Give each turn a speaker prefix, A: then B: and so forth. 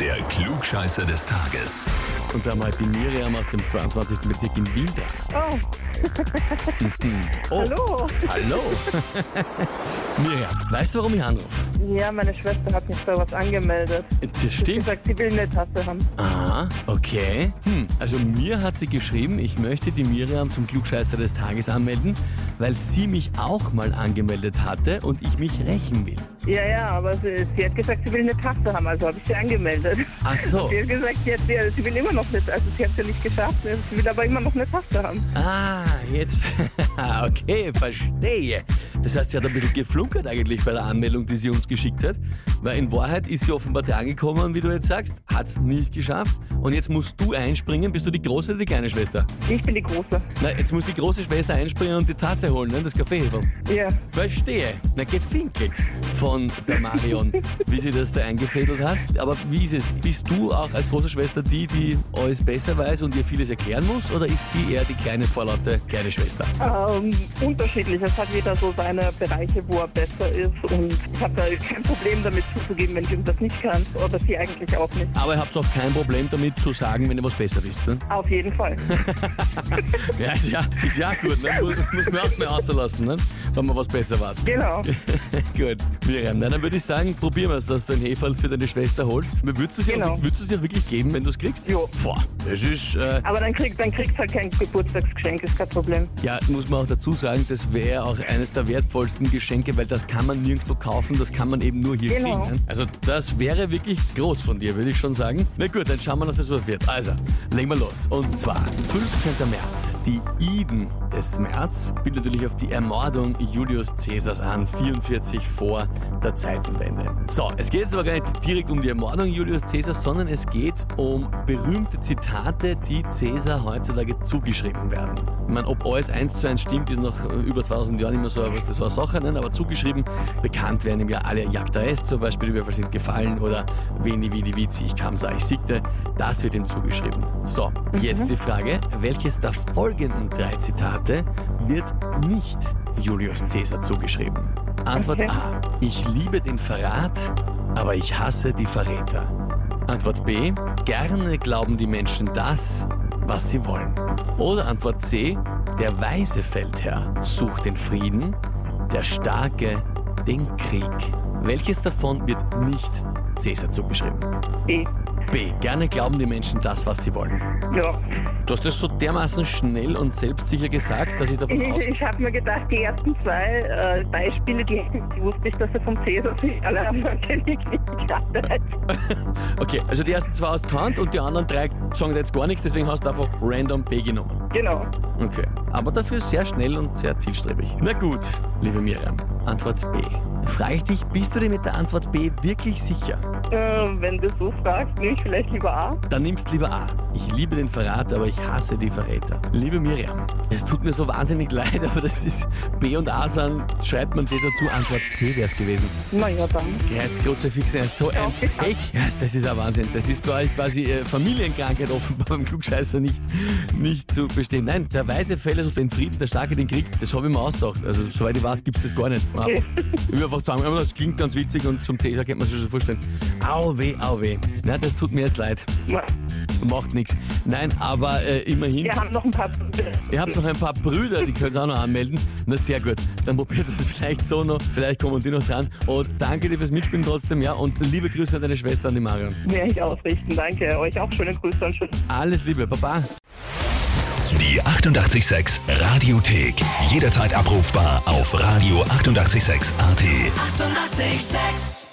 A: Der Klugscheißer des Tages.
B: Und da haben wir halt die Miriam aus dem 22. Bezirk in Wien da.
C: Oh,
B: Oh,
C: hallo.
B: Hallo. Miriam, weißt du, warum ich anrufe?
C: Ja, meine Schwester hat mich für was angemeldet.
B: Das
C: Sie hat
B: stimmt.
C: gesagt, sie will eine Tasse haben.
B: Aha, okay. Hm, also mir hat sie geschrieben, ich möchte die Miriam zum Klugscheißer des Tages anmelden, weil sie mich auch mal angemeldet hatte und ich mich rächen will.
C: Ja, ja, aber sie, sie hat gesagt, sie will eine Tasse haben, also habe ich sie angemeldet.
B: Ach so.
C: Sie hat gesagt, sie, hat, sie, sie will immer noch eine, also sie hat es ja nicht geschafft, sie will aber immer noch eine Tasse haben.
B: Ah, jetzt. okay, verstehe. Das heißt, sie hat ein bisschen geflunkert eigentlich bei der Anmeldung, die sie uns geschickt hat, weil in Wahrheit ist sie offenbar drangekommen, wie du jetzt sagst, hat's nicht geschafft und jetzt musst du einspringen. Bist du die große oder die kleine Schwester?
C: Ich bin die Große.
B: Na, jetzt muss die große Schwester einspringen und die Tasse holen, ne? das Kaffeehilfe.
C: Ja,
B: Verstehe. Na, gefinkelt von der Marion, wie sie das da eingefädelt hat. Aber wie ist es? Bist du auch als große Schwester die, die alles besser weiß und ihr vieles erklären muss? Oder ist sie eher die kleine, vorlaute, kleine Schwester?
C: ähm, unterschiedlich. Es hat jeder so seine Bereiche, wo er besser ist und ich habe da kein Problem damit zuzugeben, wenn ich irgendwas nicht kann, aber sie eigentlich auch nicht.
B: Aber ihr habt auch kein Problem damit zu sagen, wenn ihr was besser wisst. Ne?
C: Auf jeden Fall.
B: Ja, ist ja, ist ja gut. Ne? Muss, muss man auch mal auslassen, ne? wenn man was besser weiß.
C: Genau.
B: Gut, Miriam, na, dann würde ich sagen, probieren wir es, dass du ein Heferl für deine Schwester holst. Würdest du es
C: Genau.
B: ihr, würdest du es ihr wirklich geben, wenn du es kriegst?
C: Jo.
B: Boah, das ist, äh,
C: Aber dann kriegt dann kriegt's halt kein Geburtstagsgeschenk, ist kein Problem.
B: ja, muss man auch dazu sagen, das wäre auch eines der wertvollsten Geschenke, weil das kann man nirgendwo kaufen, das kann man eben nur hier
C: Genau.
B: kriegen. Ne? Also das wäre wirklich groß von dir, würde ich schon sagen. Na gut, dann schauen wir, dass das was wird. Also, legen wir los. Und zwar, 15. März, die Iden des März, spielt natürlich auf die Ermordung Julius Caesars an, 44 vor der Zeitenwende. So, es geht jetzt aber gar nicht direkt um die Ermordung Julius Caesars, sondern es geht um berühmte Zitate, die Caesar heutzutage zugeschrieben werden. Ich meine, ob alles eins zu eins stimmt, ist noch äh, über 2000 Jahren immer so, was das war, Sache, nein, aber zugeschrieben, bekannt werden im Jahr alle Jagda S zum Beispiel, die Würfel sind gefallen oder Veni, Vidi, Vici, ich kam, sah, ich siegte, das wird ihm zugeschrieben. So, jetzt die Frage, welches der folgenden drei Zitate wird nicht Julius Caesar zugeschrieben? Antwort
C: Okay.
B: A. Ich liebe den Verrat, aber ich hasse die Verräter. Antwort B. Gerne glauben die Menschen das, was sie wollen. Oder Antwort C. Der weise Feldherr sucht den Frieden, der Starke den Krieg. Welches davon wird nicht Cäsar zugeschrieben?
C: Eh.
B: B. Gerne glauben die Menschen das, was sie wollen.
C: Ja.
B: Du hast das so dermaßen schnell und selbstsicher gesagt, dass ich davon
C: Ich,
B: aus...
C: ich habe mir gedacht, die ersten zwei äh, Beispiele, die, die wusste ich, dass sie vom Cäsar sind. Alle anderen kenne ich nicht.
B: Okay, also die ersten zwei hast Kant und die anderen drei sagen dir jetzt gar nichts, deswegen hast du einfach random B genommen.
C: Genau.
B: Okay. Aber dafür sehr schnell und sehr zielstrebig. Na gut, liebe Miriam. Antwort B. Frage ich dich, bist du dir mit der Antwort B wirklich sicher?
C: Äh, wenn du so fragst, nehme ich vielleicht lieber A.
B: Dann nimmst lieber A. Ich liebe den Verrat, aber ich hasse die Verräter. Liebe Miriam, es tut mir so wahnsinnig leid, aber das ist B und A sind, schreibt man Cäsar zu, Antwort C wäre es gewesen.
C: Naja, dann.
B: Herzgrotze Fixen, er ist so ein Pech. Ja, das ist ein Wahnsinn. Das ist bei euch quasi äh, Familienkrankheit offenbar beim Klugscheißer nicht, nicht zu bestehen. Nein, der weise Fälle sucht den Frieden, der Starke den Krieg, das habe ich mir ausgedacht. Also, soweit ich weiß, gibt es das gar nicht. Man hat- Ich will einfach sagen, aber das klingt ganz witzig und zum Cäsar könnte man sich das schon vorstellen. Au weh, au weh. Na, das tut mir jetzt leid.
C: Ma-
B: Macht nichts. Nein, aber äh, immerhin.
C: Wir haben noch ein paar.
B: Ihr habt noch ein paar Brüder, die könnt ihr auch noch anmelden. Na sehr gut. Dann probiert es vielleicht so noch. Vielleicht kommen die noch dran. Und danke dir fürs Mitspielen trotzdem, ja. Und liebe Grüße an deine Schwester, an die Marion.
C: Werde ich ausrichten. Danke. Euch auch schöne Grüße und schönen
B: Alles Liebe, Baba.
A: Die 88,6 Radiothek. Jederzeit abrufbar auf radio886.at. 88,6.
D: Eighty-eight, sex.